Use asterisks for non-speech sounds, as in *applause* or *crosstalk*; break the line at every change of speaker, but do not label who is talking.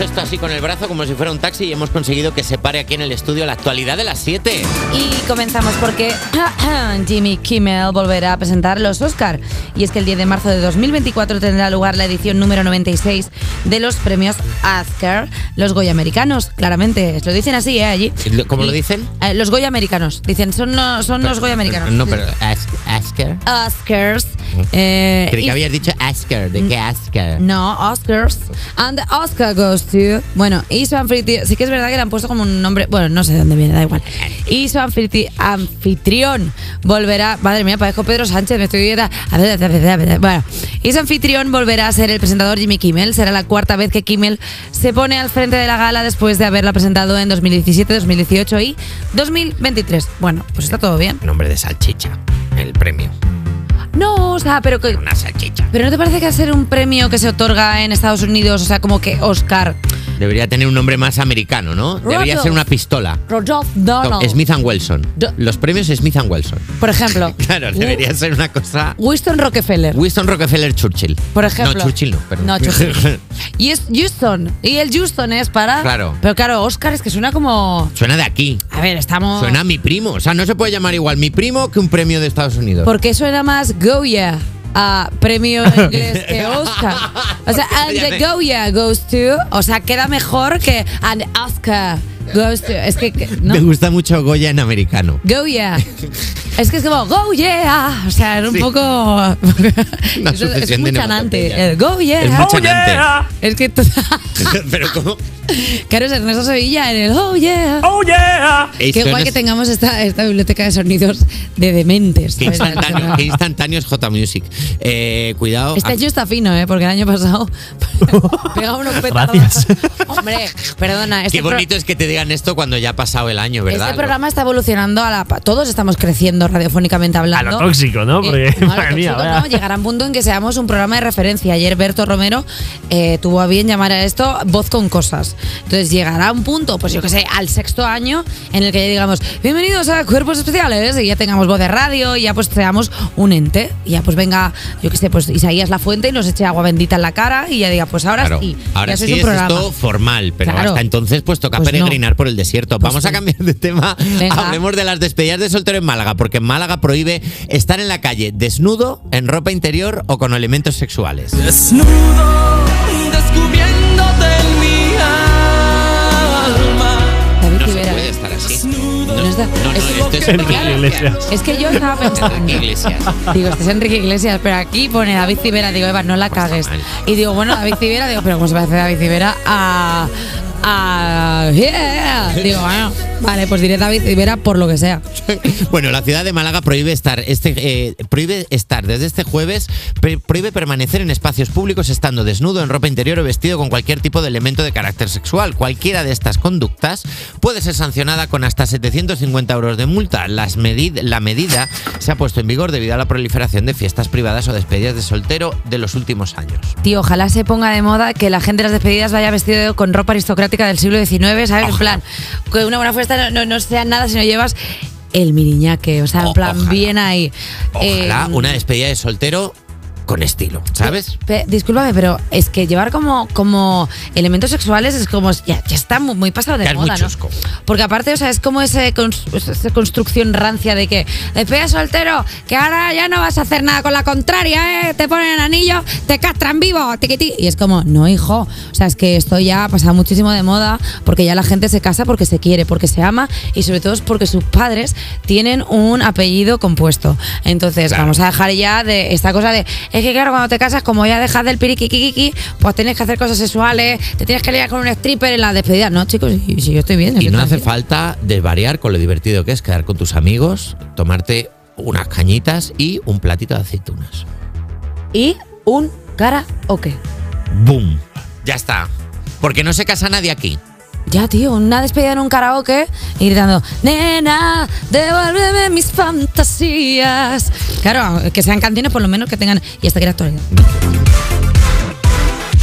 Esto así con el brazo como si fuera un taxi y hemos conseguido que se pare aquí en el estudio la actualidad de las 7.
Y comenzamos porque *clears throat* Jimmy Kimmel volverá a presentar los Oscar. Y es que el 10 de marzo de 2024 tendrá lugar la edición número 96 de los premios Oscar, los Goya americanos, claramente. Lo dicen así, ¿eh? Allí.
¿Cómo lo
Y-
dicen?
Eh, los Goya americanos. Dicen, son, no- son los Goya americanos.
No, pero As- Asker.
Oscars. eh,
Creí
y-
que habías dicho Asker. ¿De qué Asker?
No, Oscars. And the Oscar goes to. Bueno, Is Anfitri- Sí que es verdad que le han puesto como un nombre. Bueno, no sé de dónde viene, da igual. Y su anfitri- anfitrión volverá. Madre mía, parezco Pedro Sánchez, me estoy. era- a ver, a ver, a ver, Bueno, y su anfitrión volverá a ser el presentador Jimmy Kimmel. Será la cuarta vez que Kimmel se pone al frente de la gala después de haberla presentado en 2017, 2018 y 2023. Bueno, pues está todo bien.
Nombre de salchicha. El premio.
No, o sea, pero que.
Una salchicha.
¿Pero no te parece que al ser un premio que se otorga en Estados Unidos, o sea, como que Oscar,
Debería tener un nombre más americano, ¿no? Debería
Rodolph.
ser una pistola.
Rodolph Donald,
Smith and Wilson.
Oh, Do-
Los premios Smith and
*laughs*
Wilson.
por ejemplo,
*laughs* Claro, debería ser una cosa.
Winston Rockefeller,
Winston Rockefeller Churchill.
por ejemplo.
No, Churchill no, perdón.
No, Churchill. y es Houston, y el Houston es para...
Claro.
Pero claro, Oscar es que suena como...
*laughs* Suena de aquí.
A ver, estamos...
Suena a mi primo. O sea, no se puede llamar igual mi primo que un premio de Estados Unidos.
¿Por qué suena más Goya a premio inglés que
*laughs*
Oscar? O sea, and the Goya goes to... O sea, queda mejor que and Oscar goes to... Es que... que- ¿no?
Me gusta mucho Goya en
*laughs*
americano. *laughs*
Go yeah. Es que es como go yeah. O sea, era un
Sí.
poco.
Una
Eso *laughs* es
sucesión de
muy chanante.
onomatopeyas.
El Go yeah.
Es muy
Oh,
chanante.
yeah. Es que. t-
Pero como.
*laughs* claro, es Ernesto Sevilla en el oh yeah.
Ey,
Qué
suena-
guay que tengamos esta, esta biblioteca de sonidos de dementes.
Qué
¿sabes?
instantáneo, qué instantáneo es J Music. Eh, cuidado.
Este
Ah,
año está fino, ¿eh? Porque el año pasado *laughs* pegaba unos petardos.
Gracias.
Hombre, perdona. Este
qué
pro-
bonito es que te digan esto cuando ya ha pasado el año, ¿verdad?
Este programa está evolucionando a la. pa- Todos estamos creciendo radiofónicamente hablando.
A lo tóxico, ¿no?
Eh,
*laughs* Porque,
no, a lo
madre mía,
tóxico
vaya.
no, llegará un punto en que seamos un programa de referencia. Ayer Berto Romero eh, tuvo a bien llamar a esto voz con cosas. Entonces llegará un punto, pues yo que sé, al sexto año en el que ya digamos, bienvenidos a Cuerpos Especiales y ya tengamos voz de radio y ya pues seamos un ente. Y ya pues venga, yo que sé, pues Isaías La Fuente y nos eche agua bendita en la cara y ya diga, pues ahora
Claro.
sí,
Ahora
ya sois
sí
un
es
programa.
esto formal, pero
Claro.
hasta entonces pues toca
Pues no.
peregrinar por el desierto.
Pues
Vamos a
sí.
cambiar de tema.
Venga.
Hablemos de las despedidas de soltero en Málaga, porque en Málaga prohíbe estar en la calle desnudo, en ropa interior o con elementos sexuales.
Desnudo, descubriéndote en mi alma.
David
No se
Rivera.
puede estar así.
Desnudo,
No está-
No, no,
es-
esto es
Enrique Iglesias.
Es que
*laughs*
yo estaba pensando.
Enrique Iglesias.
Digo, este es Enrique Iglesias, pero aquí pone David Civera. Digo, Eva, no la
Pues,
cagues.
mal.
Y digo, bueno, David Civera, digo, pero ¿cómo se parece David Civera a. a. yeah? Digo, bueno, vale, pues diré David Civera por lo que sea.
Bueno, la ciudad de Málaga prohíbe estar este eh, prohíbe estar desde este jueves pre- prohíbe permanecer en espacios públicos estando desnudo en ropa interior o vestido con cualquier tipo de elemento de carácter sexual. Cualquiera de estas conductas puede ser sancionada con hasta 750 euros de multa. Las medid- la medida se ha puesto en vigor debido a la proliferación de fiestas privadas o despedidas de soltero de los últimos años.
Tío, ojalá se ponga de moda que la gente de las despedidas vaya vestida con ropa aristocrática del siglo XIX, ¿sabes? En plan, que una buena fiesta no, no- no sea nada si no llevas el miriñaque, o sea, en
O-
plan,
ojalá.
bien ahí.
Ojalá
Eh,
una despedida de soltero con estilo, ¿sabes?
Pe- discúlpame, pero es que llevar como, como elementos sexuales es como. Ya, ya está mu- muy, pasado de
Ya es muy
moda, ¿no?
chusco.
Porque aparte, o sea, es como ese cons- esa construcción rancia de que despedida soltero, que ahora ya no vas a hacer nada con la contraria, ¿eh? te ponen anillo, te castran vivo, tiquití. Y es como, no, hijo. O sea, es que esto ya ha pasado muchísimo de moda porque ya la gente se casa porque se quiere, porque se ama y sobre todo es porque sus padres tienen un apellido compuesto. Entonces,
Claro.
vamos a dejar ya de esta cosa de. Es que claro, cuando te casas, como ya dejas del piriquiquiquiqui, pues tienes que hacer cosas sexuales, te tienes que liar con un stripper en la despedida. No, chicos, si, si yo estoy bien.
Y
yo
no
estoy
hace
bien.
falta desvariar con lo divertido que es quedar con tus amigos, tomarte unas cañitas y un platito de aceitunas.
Y un cara o qué.
¡Boom! Ya está. Porque no se casa nadie aquí.
Ya, tío, una despedida en un karaoke y gritando, nena, devuélveme mis fantasías. Claro, que sean canciones por lo menos que tengan. Y hasta que era actualidad.